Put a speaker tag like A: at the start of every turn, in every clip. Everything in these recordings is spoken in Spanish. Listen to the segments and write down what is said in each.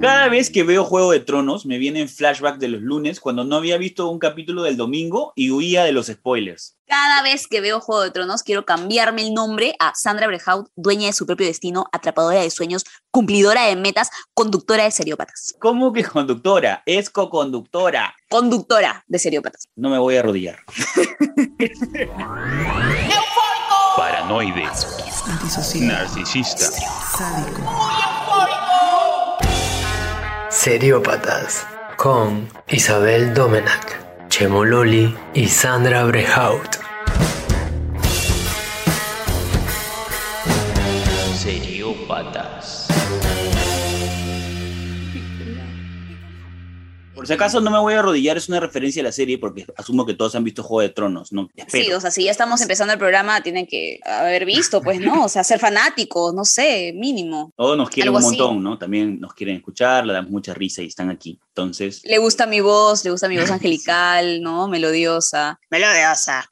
A: Cada vez que veo Juego de Tronos, me vienen flashbacks de los lunes cuando no había visto un capítulo del domingo y huía de los spoilers.
B: Cada vez que veo Juego de Tronos, quiero cambiarme el nombre a Sandra Brehaut, dueña de su propio destino, atrapadora de sueños, cumplidora de metas, conductora de seriópatas.
A: ¿Cómo que conductora? Es co-conductora.
B: Conductora de seriópatas.
A: No me voy a arrodillar.
C: Paranoide.
D: Antisocial.
C: Narcisista.
D: Sádico.
E: Seriópatas con Isabel Domenac, Chemololi y Sandra Brehaut.
C: Seriópatas.
A: Por si acaso, no me voy a arrodillar es una referencia a la serie porque asumo que todos han visto Juego de Tronos, ¿no? Espero.
B: Sí, o sea, si ya estamos empezando el programa, tienen que haber visto, pues, ¿no? O sea, ser fanáticos, no sé, mínimo.
A: Todos nos quieren
B: Algo
A: un
B: así.
A: montón, ¿no? También nos quieren escuchar, le damos mucha risa y están aquí. Entonces,
B: Le gusta mi voz, le gusta mi voz angelical, ¿no? Melodiosa. Melodiosa.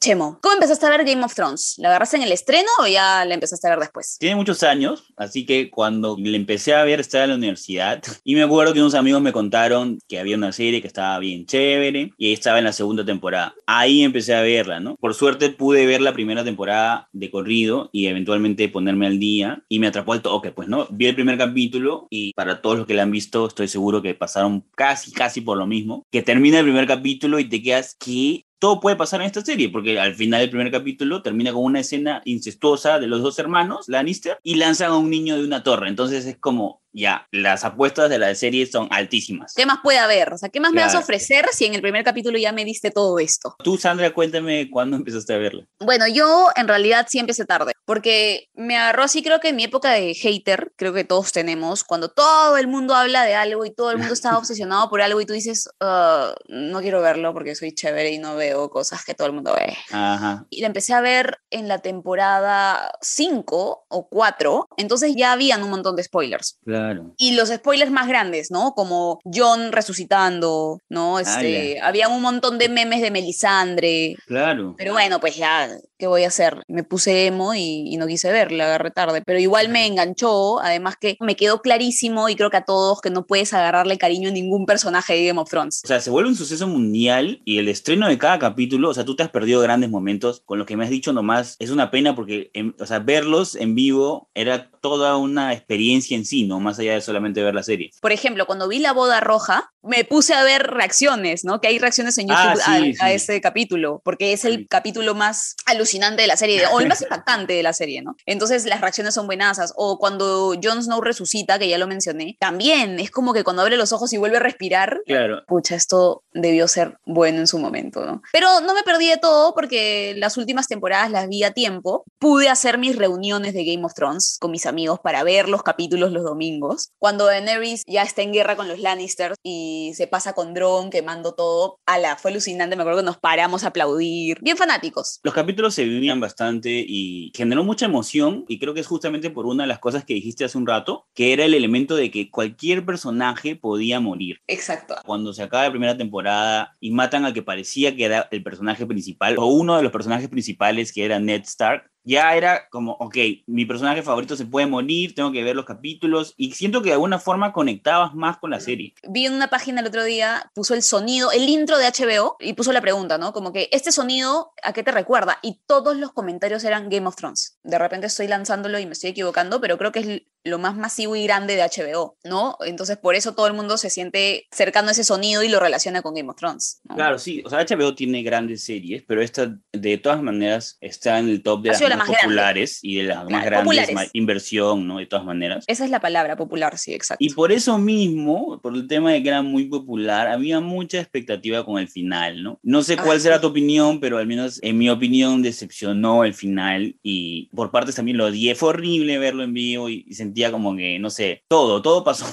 B: Chemo, ¿cómo empezaste a ver Game of Thrones? ¿La agarraste en el estreno o ya la empezaste a ver después?
A: pues, tiene muchos años, así que cuando le empecé a ver estaba en la universidad y me acuerdo que unos amigos me contaron que había una serie que estaba bien chévere y estaba en la segunda temporada. Ahí empecé a verla, ¿no? Por suerte pude ver la primera temporada de corrido y eventualmente ponerme al día y me atrapó al toque, pues, ¿no? Vi el primer capítulo y para todos los que la han visto estoy seguro que pasaron casi, casi por lo mismo, que termina el primer capítulo y te quedas que... Todo puede pasar en esta serie, porque al final del primer capítulo termina con una escena incestuosa de los dos hermanos, Lannister, y lanzan a un niño de una torre. Entonces es como, ya, las apuestas de la serie son altísimas.
B: ¿Qué más puede haber? O sea, ¿qué más me vas a
A: Claro.
B: ofrecer si en el primer capítulo ya me diste todo esto?
A: Tú, Sandra, cuéntame cuándo empezaste a verla.
B: Bueno, yo en realidad sí empecé tarde, porque me agarró así creo que en mi época de hater, creo que todos tenemos, cuando todo el mundo habla de algo y todo el mundo está obsesionado por algo y tú dices, "Ah, no quiero verlo porque soy chévere y no veo cosas que todo el mundo ve.
A: Ajá.
B: Y la empecé a ver en la temporada 5 o 4, entonces ya habían un montón de spoilers.
A: Claro.
B: Y los spoilers más grandes, ¿no? Como John resucitando, ¿no? Este, había un montón de memes de Melisandre.
A: Claro.
B: Pero bueno, pues ya, ¿qué voy a hacer? Me puse emo y, y no quise verla, agarré tarde. Pero igual me enganchó, además que me quedó clarísimo y creo que a todos que no puedes agarrarle cariño a ningún personaje de Game of Thrones.
A: O sea, se vuelve un suceso mundial y el estreno de cada capítulo, o sea, tú te has perdido grandes momentos con lo que me has dicho nomás. Es una pena porque, em, o sea, verlos en vivo era toda una experiencia en sí, ¿no? Más allá de solamente ver la serie.
B: Por ejemplo, cuando vi La Boda Roja, me puse a ver reacciones, ¿no? Que hay reacciones en
A: Ah,
B: YouTube
A: sí,
B: a, a
A: sí.
B: ese capítulo, porque es el
A: Sí.
B: capítulo más alucinante de la serie, o el más impactante de la serie, ¿no? Entonces las reacciones son buenasas. O cuando Jon Snow resucita, que ya lo mencioné, también es como que cuando abre los ojos y vuelve a respirar,
A: Claro.
B: pucha, esto debió ser bueno en su momento, ¿no? Pero no me perdí de todo porque las últimas temporadas las vi a tiempo. Pude hacer mis reuniones de Game of Thrones con mis amigos para ver los capítulos los domingos. Cuando Daenerys ya está en guerra con los Lannisters y se pasa con Dron quemando todo, ala, fue alucinante, me acuerdo que nos paramos a aplaudir. Bien fanáticos.
A: Los capítulos se vivían bastante y generó mucha emoción y creo que es justamente por una de las cosas que dijiste hace un rato, que era el elemento de que cualquier personaje podía morir.
B: Exacto.
A: cuando se acaba la primera temporada y matan al que parecía que era el personaje principal o uno de los personajes principales que era Ned Stark, ya era como, ok, mi personaje favorito se puede morir, tengo que ver los capítulos y siento que de alguna forma conectabas más con la serie.
B: vi en una página el otro día, puso el sonido, el intro de HBO y puso la pregunta, ¿no? Como que este sonido, ¿a qué te recuerda? Y todos los comentarios eran Game of Thrones. De repente estoy lanzándolo y me estoy equivocando, pero creo que es l- lo más masivo y grande de HBO, ¿no? Entonces por eso todo el mundo se siente cercano a ese sonido y lo relaciona con Game of Thrones. ¿no?
A: Claro, sí, o sea, HBO tiene grandes series, pero esta de todas maneras está en el top de
B: Ha
A: las
B: sido
A: más,
B: la más grande.
A: populares y de las más grandes,
B: populares.
A: ma- inversión, ¿no? De todas maneras.
B: Esa es la palabra popular, sí, exacto.
A: Y por eso mismo, por el tema de que era muy popular, había mucha expectativa con el final, ¿no? No sé cuál
B: Ay,
A: será
B: Ah, sí.
A: tu opinión, pero al menos en mi opinión decepcionó el final y por partes también lo odié. Fue horrible verlo en vivo y, y sentía como que, no sé, todo, todo pasó.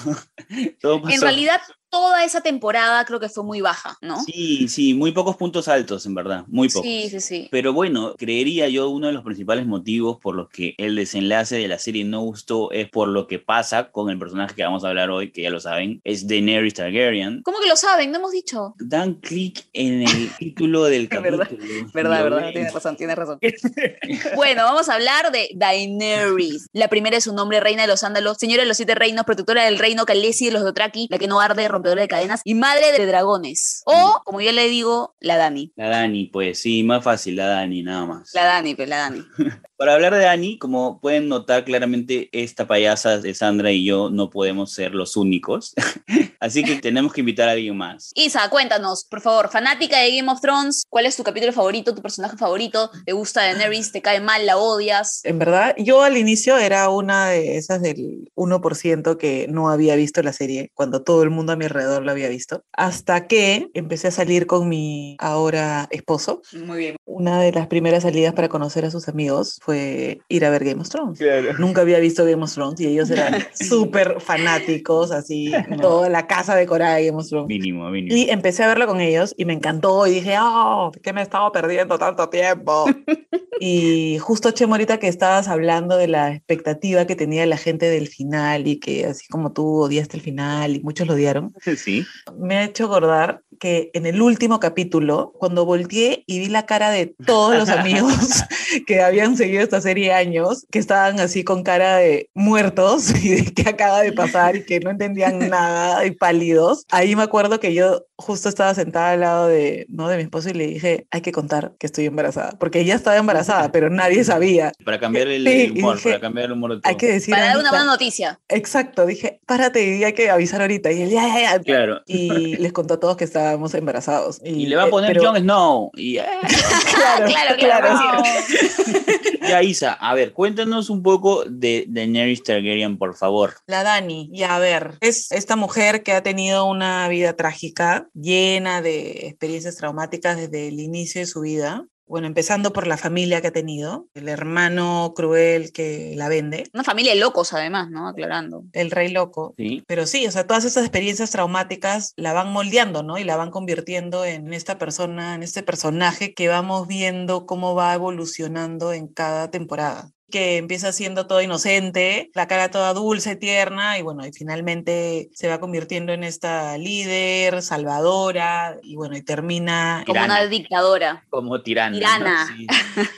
A: todo pasó.
B: En realidad toda esa temporada creo que fue muy baja, ¿no?
A: Sí, sí, muy pocos puntos altos, en verdad, muy pocos.
B: Sí, sí, sí.
A: Pero bueno, creería yo uno de los principales motivos por los que el desenlace de la serie no gustó es por lo que pasa con el personaje que vamos a hablar hoy, que ya lo saben, es Daenerys Targaryen.
B: ¿Cómo que lo saben? No hemos dicho.
A: Dan clic en el título del capítulo.
B: verdad, Verdad,
A: Lo
B: verdad,
A: ven.
B: tienes razón, tienes razón. bueno, vamos a hablar de Daenerys. La primera es su nombre, reina de los ándalos, señora de los siete reinos, protectora del reino Khaleesi de los Dothraki, la que no arde, rompedora de cadenas y madre de dragones.
A: Mm.
B: O, como yo le digo, la Dani.
A: La Dani, pues sí, más fácil, la Dani, nada más.
B: La Dani, pues la Dani.
A: Para hablar de Dani, como pueden notar claramente, esta payasa de Sandra y yo no podemos ser los únicos. Así que tenemos que invitar a alguien más.
B: Isa, cuéntanos, por favor, fanática de Game of Thrones, ¿cuál es tu capítulo favorito, tu personaje favorito? ¿Te gusta Daenerys? ¿Te cae mal? ¿La odias?
D: En verdad, yo al inicio era una de esas del 1% que no había visto la serie, cuando todo el mundo a mi alrededor lo había visto, hasta que empecé a salir con mi ahora esposo.
B: Muy bien.
D: Una de las primeras salidas para conocer a sus amigos fue ir a ver Game of Thrones.
A: Claro.
D: Nunca había visto Game of Thrones y ellos eran súper fanáticos, así, toda la casa decorada de Game of Thrones.
A: Mínimo, mínimo.
D: Y empecé a verlo con ellos y me encantó y dije, oh, ¿qué me he estado perdiendo tanto tiempo? y justo, Chemo, ahorita que estabas hablando de la expectativa que tenía la gente del final y que así como tú odiaste el final y muchos lo odiaron,
A: Sí.
D: me ha hecho acordar que en el último capítulo, cuando volteé y vi la cara de todos los amigos que habían seguido esta serie años, que estaban así con cara de muertos y de qué acaba de pasar y que no entendían nada y pálidos, ahí me acuerdo que yo justo estaba sentada al lado de, ¿no? de mi esposo y le dije, hay que contar que estoy embarazada, porque ella estaba embarazada, pero nadie sabía.
A: Para cambiar el,
D: Sí,
A: el humor,
D: dije,
A: para cambiar el humor de
D: Hay
A: todo.
D: que decir...
B: Para dar una
D: ahorita".
B: buena noticia.
D: Exacto, dije, párate y hay que avisar ahorita. Y él, ya, ya, ya,
A: Claro.
D: y les contó a todos que estábamos embarazados.
A: Y le va a
D: eh,
A: poner
D: pero-
A: Jon Snow. Y eh,
B: Claro, claro, claro.
A: ya, Isa, a ver, cuéntanos un poco de Daenerys Targaryen, por favor.
D: La Dani, ya a ver, es esta mujer que ha tenido una vida trágica, llena de experiencias traumáticas desde el inicio de su vida. Bueno, empezando por la familia que ha tenido, el hermano cruel que la vende,
B: Una familia de locos, además, ¿no? Aclarando.
D: el rey loco.
A: Sí.
D: Pero sí, o sea, todas esas experiencias traumáticas la van moldeando, ¿no? Y la van convirtiendo en esta persona, en este personaje que vamos viendo cómo va evolucionando en cada temporada. Que empieza siendo todo inocente, la cara toda dulce, tierna, y bueno, y finalmente se va convirtiendo en esta líder, salvadora, y bueno, y termina.
B: Como
A: Tirana.
B: una dictadora.
A: Como tirana. ¿no?
B: Tirana.
A: Sí.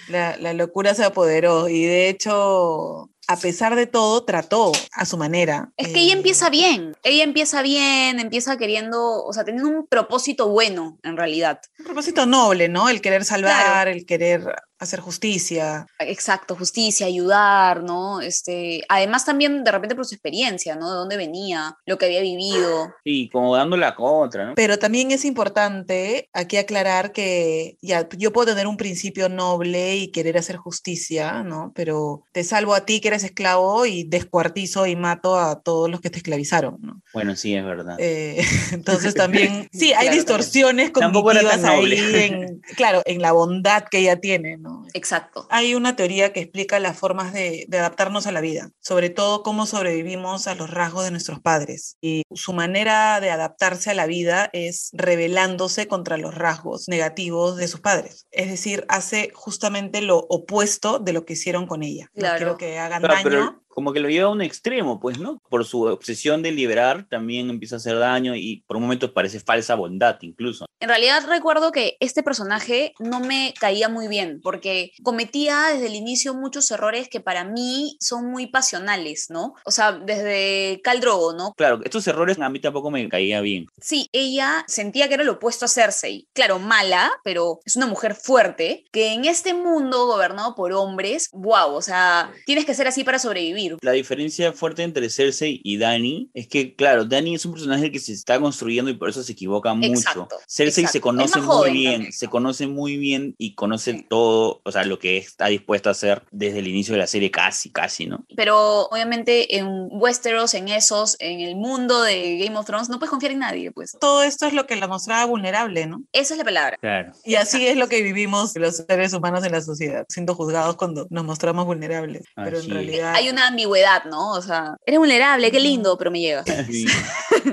D: La, la locura se apoderó, y de hecho, a pesar de todo, trató a su manera.
B: Es que ella
D: Eh,
B: empieza bien. Ella empieza bien, empieza queriendo, o sea, teniendo un propósito bueno, en realidad.
D: Un propósito noble, ¿no? El querer salvar,
B: Claro.
D: el querer hacer justicia.
B: Exacto, justicia, ayudar, ¿no? Este, además también de repente por su experiencia, ¿no? De dónde venía, lo que había vivido.
A: Sí, como dando la contra, ¿no?
D: Pero también es importante aquí aclarar que ya yo puedo tener un principio noble y querer hacer justicia, ¿no? Pero te salvo a ti que eres esclavo y descuartizo y mato a todos los que te esclavizaron, ¿no?
A: Bueno, sí, es verdad.
D: Eh, entonces también, sí, hay
B: Claro,
D: distorsiones
A: Tampoco era tan
D: cognitivas ahí,
A: noble.
D: en, claro, en la bondad que ella tiene, ¿no?
B: Exacto.
D: Hay una teoría que explica las formas de, de adaptarnos a la vida, sobre todo cómo sobrevivimos a los rasgos de nuestros padres. Y su manera de adaptarse a la vida es rebelándose contra los rasgos negativos de sus padres. Es decir, hace justamente lo opuesto de lo que hicieron con ella.
B: Claro.
D: No quiero que hagan
A: Claro,
D: daño.
A: Ah, pero como que lo lleva a un extremo, pues, ¿no? Por su obsesión de liberar, también empieza a hacer daño y por momentos parece falsa bondad incluso.
B: En realidad recuerdo que este personaje no me caía muy bien porque cometía desde el inicio muchos errores que para mí son muy pasionales, ¿no? O sea, desde Caldrogo, ¿no?
A: Claro, estos errores a mí tampoco me caía bien.
B: Sí, ella sentía que era lo opuesto a Cersei. Claro, mala, pero es una mujer fuerte que en este mundo gobernado por hombres, wow, o sea, tienes que ser así para sobrevivir.
A: La diferencia fuerte entre Cersei y Dani es que, claro, Dani es un personaje que se está construyendo y por eso se equivoca mucho.
B: Exacto,
A: Cersei
B: exacto.
A: se
B: Es
A: conoce
B: más
A: muy
B: joven
A: bien,
B: también.
A: se conoce muy bien y conoce
B: Sí.
A: todo, o sea, lo que está dispuesta a hacer desde el inicio de la serie, casi, casi, ¿no?
B: Pero obviamente en Westeros, en esos, en el mundo de Game of Thrones, no puedes confiar en nadie, pues.
D: Todo esto es lo que la mostraba vulnerable, ¿no?
B: Esa es la palabra.
A: Claro.
D: Y así es lo que vivimos los seres humanos en la sociedad, siendo juzgados cuando nos mostramos vulnerables. Pero
A: Así
D: en
A: es.
D: realidad
B: Hay una ambigüedad, ¿no? O sea, eres vulnerable, qué lindo, pero me llega.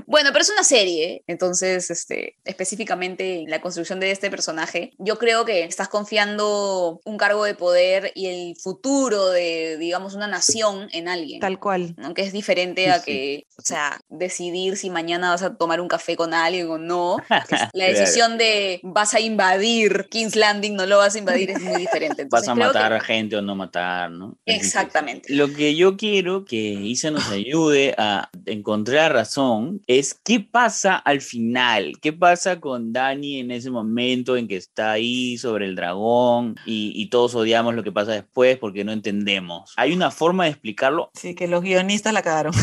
B: Bueno, pero es una serie, entonces, este, específicamente en la construcción de este personaje, yo creo que estás confiando un cargo de poder y el futuro de, digamos, una nación en alguien.
D: Tal cual.
B: ¿no? Que es diferente a que, o sea, decidir si mañana vas a tomar un café con alguien o no. Que es La decisión de vas a invadir King's Landing, no lo vas a invadir, es muy diferente.
A: Vas
B: Entonces,
A: a
B: creo
A: matar
B: que-
A: a gente o no matar, ¿no? Es difícil.
B: Exactamente.
A: Lo que yo quiero que Isa nos ayude a encontrar razón es qué pasa al final, qué pasa con Dani en ese momento en que está ahí sobre el dragón y, y todos odiamos lo que pasa después porque no entendemos. ¿Hay una forma de explicarlo?
D: Sí, que los guionistas la cagaron.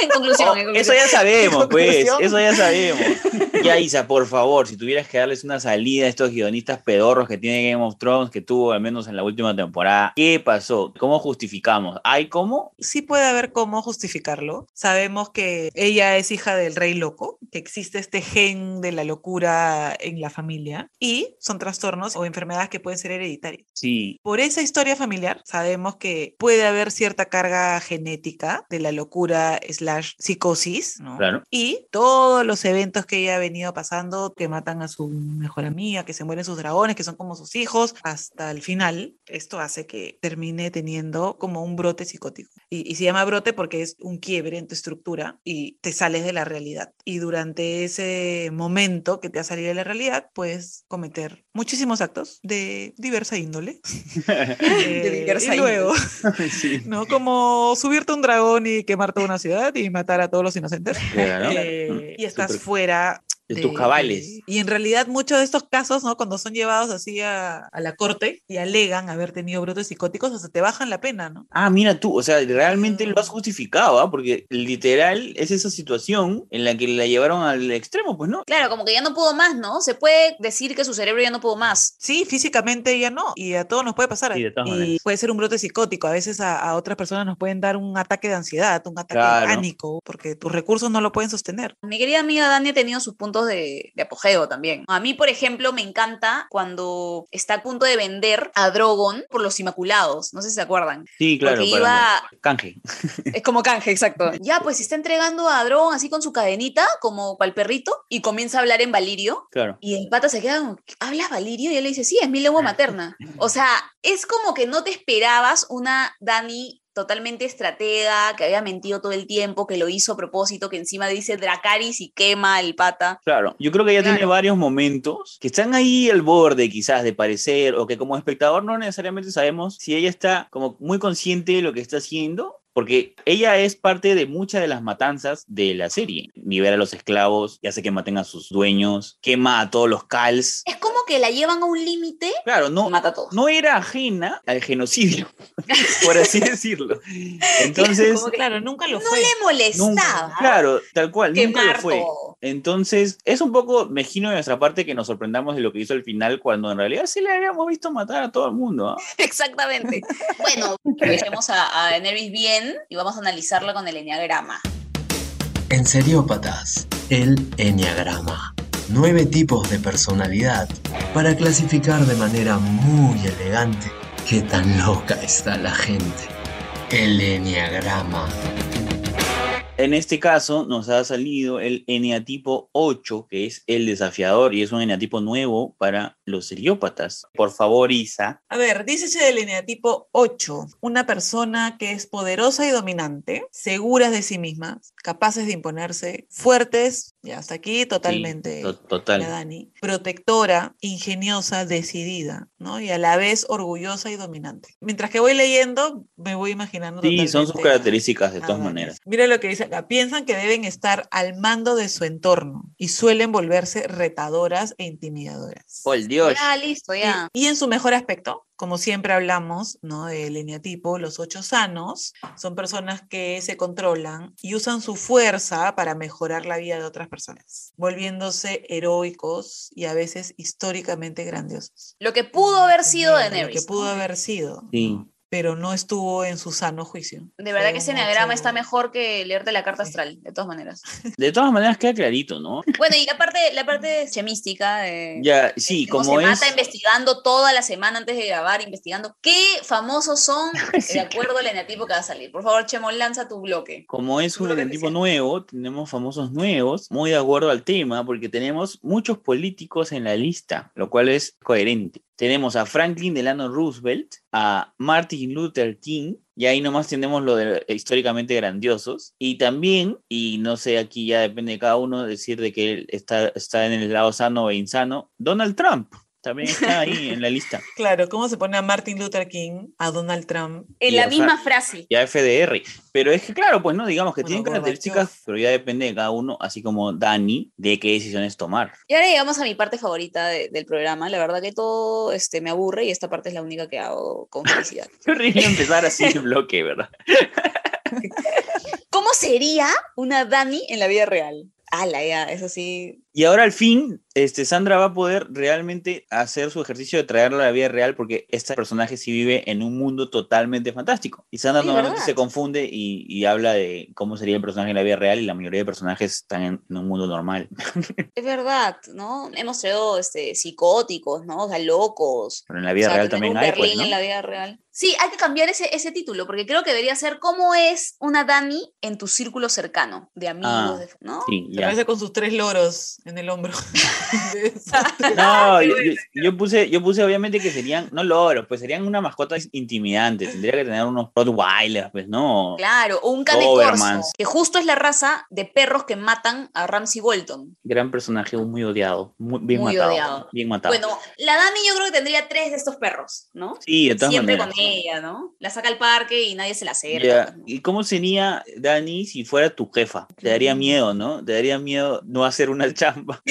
B: en conclusión, en conclusión.
A: Oh, Eso ya sabemos, pues,
D: conclusión.
A: eso ya sabemos. Ya Isa, por favor, si tuvieras que darles una salida a estos guionistas pedorros que tiene Game of Thrones, que tuvo al menos en la última temporada, ¿qué pasó? ¿Cómo justificamos? ¿Hay cómo?
D: sí puede haber cómo justificarlo. Sabemos que ella es hija del rey loco, que existe este gen de la locura en la familia y son trastornos o enfermedades que pueden ser hereditarias.
A: Sí,
D: Por esa historia familiar sabemos que puede haber cierta carga genética de la locura slash psicosis, ¿no?
A: claro.
D: Y todos los eventos que ella ha venido pasando, que matan a su mejor amiga, que se mueren sus dragones, que son como sus hijos, hasta el final, esto hace que termine teniendo como un brote psicótico. Y, y se llama brote porque es un quiebre en tu estructura y te sales de la realidad. Y durante ese momento que te has salido de la realidad, puedes cometer muchísimos actos de diversa índole. Eh,
B: diversa
D: y luego,
A: Sí.
D: ¿no? Como subirte a un dragón y quemar toda una ciudad y matar a todos los inocentes.
A: Claro. Mm.
D: Eh, y estás
A: Súper.
D: fuera
A: de tus cabales.
D: de- y en realidad muchos de estos casos, ¿no? Cuando son llevados así a, a la corte y alegan haber tenido brotes psicóticos, hasta te bajan la pena, ¿no?
A: Ah, mira tú, o sea, realmente lo has justificado, ¿ah? porque literal es esa situación en la que la llevaron al extremo, pues no.
B: Claro, como que ya no pudo más, ¿no? Se puede decir que su cerebro ya no pudo más.
D: Sí, físicamente ya no, y a todos nos puede pasar.
A: Sí, de todas
D: Y
A: maneras.
D: puede ser un brote psicótico, a veces a, a otras personas nos pueden dar un ataque de ansiedad, un ataque
A: Claro.
D: de pánico, porque tus recursos no lo pueden sostener.
B: Mi querida amiga Dani ha tenido sus puntos de, de apogeo también. A mí, por ejemplo, me encanta cuando está a punto de vender a Drogon por los Inmaculados. No sé si se acuerdan.
A: Sí, claro.
B: Porque
A: para-
B: iba-
A: Canje.
B: Es como canje, exacto. Ya, pues está entregando a Drogon así con su cadenita, como para el perrito, y comienza a hablar en Valirio.
A: Claro.
B: Y el pata se queda como, ¿hablas Valirio? Y él le dice, sí, es mi lengua materna. O sea, es como que no te esperabas una Dani totalmente estratega, que había mentido todo el tiempo, que lo hizo a propósito, que encima dice Dracaris y quema el pata.
A: Claro, yo creo que ella tiene
B: Claro.
A: varios momentos que están ahí al borde quizás de parecer o que como espectador no necesariamente sabemos si ella está como muy consciente de lo que está haciendo. Porque ella es parte de muchas de las matanzas de la serie. Libera a los esclavos, y hace que maten a sus dueños, quema a todos los cals.
B: Es como que la llevan a un límite
A: Claro,
B: y
A: no,
B: mata a todos.
A: no era ajena al genocidio, por así decirlo. Entonces,
D: Como que, claro, nunca lo
B: No
D: fue.
B: le molestaba
A: nunca, claro, tal cual, nunca lo
B: quemar
A: fue.
B: todo.
A: Entonces, es un poco mejino de nuestra parte que nos sorprendamos de lo que hizo al final, cuando en realidad sí le habíamos visto matar a todo el mundo. ¿ah?
B: Exactamente. Bueno, regresemos a, a Daenerys bien y vamos a analizarla con el enneagrama.
E: En Seriópatas, el Enneagrama. Nueve tipos de personalidad para clasificar de manera muy elegante qué tan loca está la gente. El Enneagrama.
A: En este caso, nos ha salido el eneatipo 8, que es el desafiador, y es un eneatipo nuevo para los seriópatas. Por favor, Isa.
D: A ver, dícese del eneatipo 8, una persona que es poderosa y dominante, seguras de sí mismas, capaces de imponerse, fuertes, y hasta aquí totalmente.
A: Sí, to-
D: la
A: total.
D: Dani, protectora, ingeniosa, decidida, ¿no? Y a la vez orgullosa y dominante. Mientras que voy leyendo, me voy imaginando.
A: Sí, son sus
D: totalmente a-
A: características de
D: a
A: todas
D: Dani.
A: maneras.
D: Mira lo que dice acá. Piensan que deben estar al mando de su entorno y suelen volverse retadoras e intimidadoras.
A: Por Dios.
B: Ya, Ah, listo, ya.
D: Y, y en su mejor aspecto, como siempre hablamos, ¿no? Del eneatipo, los ocho sanos son personas que se controlan y usan su fuerza para mejorar la vida de otras personas, volviéndose heroicos y a veces históricamente grandiosos.
B: Lo que pudo haber sido
D: Mira, lo
B: Daenerys.
D: Que pudo haber sido.
A: Sí.
D: pero no estuvo en su sano juicio.
B: De verdad
D: Fue
B: que ese
D: un
B: enneagrama
D: hecho-
B: está mejor que leerte la carta
D: Sí.
B: astral, de todas maneras.
A: De todas maneras queda clarito, ¿no?
B: Bueno, y la parte, la parte semística de...
A: Ya, sí,
B: Cómo
A: como
B: se
A: es...
B: mata investigando toda la semana antes de grabar, investigando qué famosos son
A: Sí,
B: de acuerdo al eneatipo que va a salir. Por favor, Chemo, lanza tu bloque.
A: Como es
B: Seguro
A: un
B: que
A: tipo
B: sí.
A: nuevo, tenemos famosos nuevos, muy de acuerdo al tema, porque tenemos muchos políticos en la lista, lo cual es coherente. Tenemos a Franklin Delano Roosevelt, a Martin Luther King, y ahí nomás tenemos lo de históricamente grandiosos. Y también, y no sé, aquí ya depende de cada uno decir de que él está, está en el lado sano e insano, Donald Trump también está ahí en la lista.
D: Claro, ¿cómo se pone a Martin Luther King, a Donald Trump?
B: En
A: Y
B: la
A: el
B: misma frase.
A: ya FDR. Pero es que, claro, pues no, digamos que
D: Bueno,
A: tienen
D: Gorbachev.
A: características, pero ya depende de cada uno, así como Dani, de qué decisiones tomar.
B: Y ahora llegamos a mi parte favorita de- del programa. La verdad que todo este, me aburre y esta parte es la única que hago con felicidad.
A: Qué horrible empezar así en bloque, ¿verdad?
B: ¿Cómo sería una Dani en la vida real? Ala, ya, eso sí.
A: Y ahora al fin, este, Sandra va a poder realmente hacer su ejercicio de traerla a la vida real porque este personaje sí vive en un mundo totalmente fantástico. Y Sandra
B: Sí,
A: normalmente
B: ¿verdad?
A: se confunde y, y habla de cómo sería el personaje en la vida real y la mayoría de personajes están en, en un mundo normal.
B: Es verdad, ¿no? Hemos sido este, psicóticos, ¿no? O sea, locos.
A: Pero en la vida
B: O sea,
A: real
B: tener
A: también
B: un
A: hay,
B: Berlín
A: pues, ¿no?
B: en la vida real. Sí, hay que cambiar ese, ese título, porque creo que debería ser cómo es una Dani en tu círculo cercano, de amigos,
A: Ah,
B: de- ¿no?
A: Sí,
D: Se
A: ya.
D: parece con sus tres loros en el hombro. De esos.
A: No, yo, yo- yo puse, yo puse obviamente que serían, no loros, pues serían una mascota intimidante. Tendría que tener unos Rottweilers, pues no.
B: Claro, o un cane corso,
A: Dobermans.
B: que justo es la raza de perros que matan a Ramsey Bolton.
A: Gran personaje, muy odiado, muy, bien
B: Muy
A: matado.
B: odiado.
A: Bien matado.
B: Bueno, la Dani yo creo que tendría tres de estos perros, ¿no?
A: sí, de todas
B: Siempre
A: maneras.
B: con ella, ¿no? La saca al parque y nadie se la acerca.
A: Ya,
B: ¿no?
A: ¿Y cómo sería, Dani, si fuera tu jefa? Te daría miedo, ¿no? Te daría miedo no hacer una chamba.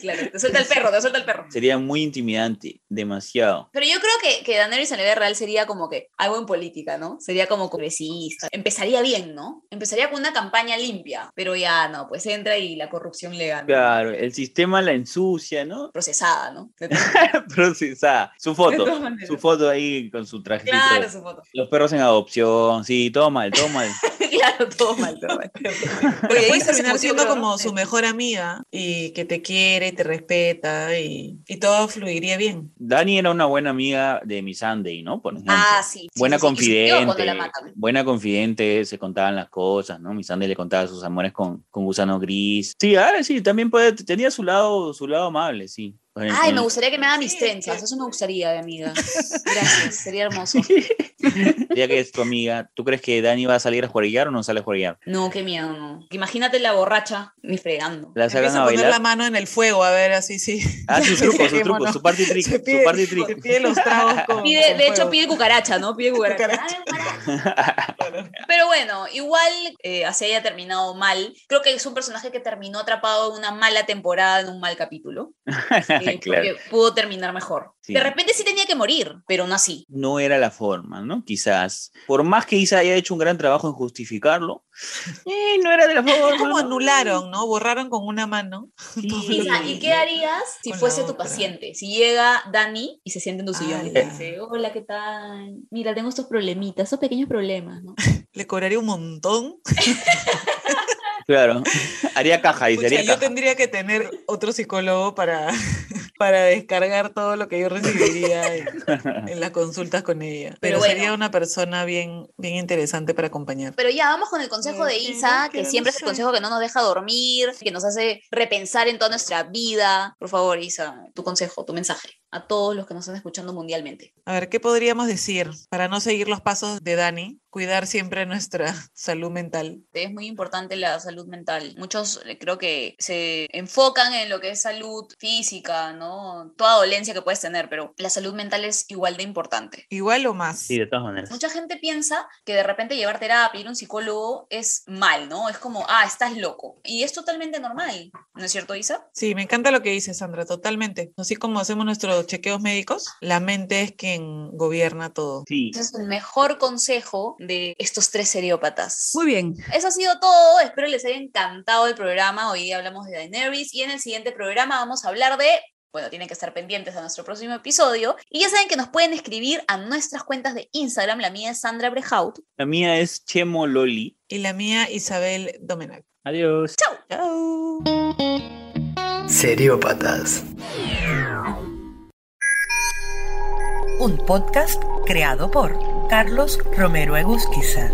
B: Claro, te suelta el perro, te suelta el perro.
A: Sería muy intimidante, demasiado.
B: Pero yo creo que, que Daenerys en la vida real sería como que algo en política, ¿no? Sería como congresista. Empezaría bien, ¿no? Empezaría con una campaña limpia, pero ya no, pues entra y la corrupción le gana.
A: Claro, el sistema la ensucia, ¿no?
B: Procesada, ¿no? De todas-
A: Procesada. Su
B: de
A: foto,
B: todas maneras.
A: su foto ahí con su trajecito.
B: Claro, su foto.
A: Los perros en adopción, sí, todo mal, todo mal.
B: claro, todo mal, todo mal.
D: Porque
B: ahí
D: puedes
B: está su
D: terminar siendo
B: motivo,
D: como
B: ¿no?
D: su mejor amiga y que te quiere, te respeta y, y todo fluiría bien.
A: Dani era una buena amiga de mi Sunday, ¿no? Por ejemplo.
B: Ah, sí. sí,
A: buena
B: sí, sí. Y sufrió cuando
A: confidente.
B: la matan.
A: Buena confidente, se contaban las cosas, ¿no? Mi Sunday le contaba sus amores con, con Gusano Gris. Sí, ahora sí, también puede, tenía su lado, su lado amable, sí.
B: Ay, me gustaría que me haga mis
D: Sí,
B: trenzas.
D: sí.
B: Eso me gustaría, de amiga. Gracias, sería hermoso.
A: Ya que es tu amiga, ¿tú crees que Dani va a salir a jueguear o no sale a jueguear?
B: No, qué miedo, no. Imagínate la borracha ni fregando.
A: ¿La sacan
D: Empieza
A: a
D: a poner la
A: bailar?
D: mano en el fuego, a ver, así sí.
A: Ah, sus trucos, sus trucos,
D: Dejémonos.
A: su party trick,
D: Se
A: su
D: pide,
A: party
D: se
A: trick.
D: pide los tragos con-
B: Pide-
D: con
B: de hecho,
D: fuego.
B: pide cucaracha, ¿no? Pide cucaracha.
D: Cucaracha.
B: Dame cucaracha.
D: Claro.
B: Pero bueno, igual eh, así haya terminado mal, creo que es un personaje que terminó atrapado en una mala temporada, en un mal capítulo. eh,
A: Claro.
B: Porque pudo terminar mejor.
A: Sí.
B: De repente sí tenía que morir, pero no así.
A: no era la forma, ¿no? Quizás. Por más que Isa haya hecho un gran trabajo en justificarlo, eh, no era de la forma.
D: Es como
A: ¿no?
D: anularon, ¿no? Borraron con una mano.
A: Sí.
B: Isa, ¿y qué harías si
D: Con la
B: fuese tu
D: otra.
B: paciente? Si llega Dani y se siente en tu sillón y te
D: Ala.
B: dice, hola, ¿qué tal? Mira, tengo estos problemitas, estos pequeños problemas, ¿no?
D: Le cobraría un montón.
A: Claro. Haría caja, dice,
D: Pucha,
A: haría
D: yo
A: caja.
D: tendría que tener otro psicólogo para, para descargar todo lo que yo recibiría en, en las consultas con ella. Pero,
B: bueno.
D: sería una persona bien, bien interesante para acompañar.
B: Pero ya, vamos con el consejo de
D: Pero
B: Isa,
D: no
B: que
D: quiero,
B: siempre
D: no
B: es el
D: sé.
B: consejo que no nos deja dormir, que nos hace repensar en toda nuestra vida. Por favor, Isa, tu consejo, tu mensaje a todos los que nos están escuchando mundialmente.
D: A ver, ¿qué podríamos decir para no seguir los pasos de Dani? Cuidar siempre nuestra salud mental.
B: Es muy importante la salud mental. Muchos eh, creo que se enfocan en lo que es salud física, ¿no? Toda dolencia que puedes tener, pero la salud mental es igual de importante.
D: Igual o más.
A: Sí, de todas maneras.
B: Mucha gente piensa que de repente llevar terapia, ir a un psicólogo es mal, ¿no? Es como, ah, estás loco. Y es totalmente normal, ¿no es cierto, Isa?
D: Sí, me encanta lo que dices, Sandra, totalmente. Así como hacemos nuestros chequeos médicos, la mente es quien gobierna todo.
A: Sí.
B: Ese es el mejor consejo de estos tres seriópatas.
C: Muy bien.
B: Eso ha sido todo. Espero les haya encantado el programa. Hoy hablamos de Daenerys y en el siguiente programa vamos a hablar de bueno, tienen que estar pendientes a nuestro próximo episodio. Y ya saben que nos pueden escribir a nuestras cuentas de Instagram. La mía es Sandra Brejaut.
A: La mía es Chemo Loli.
D: Y la mía, Isabel Domenac.
A: Adiós.
B: ¡Chao!
D: Chao.
E: Seriópatas.
C: un podcast creado por Carlos Romero Egusquiza.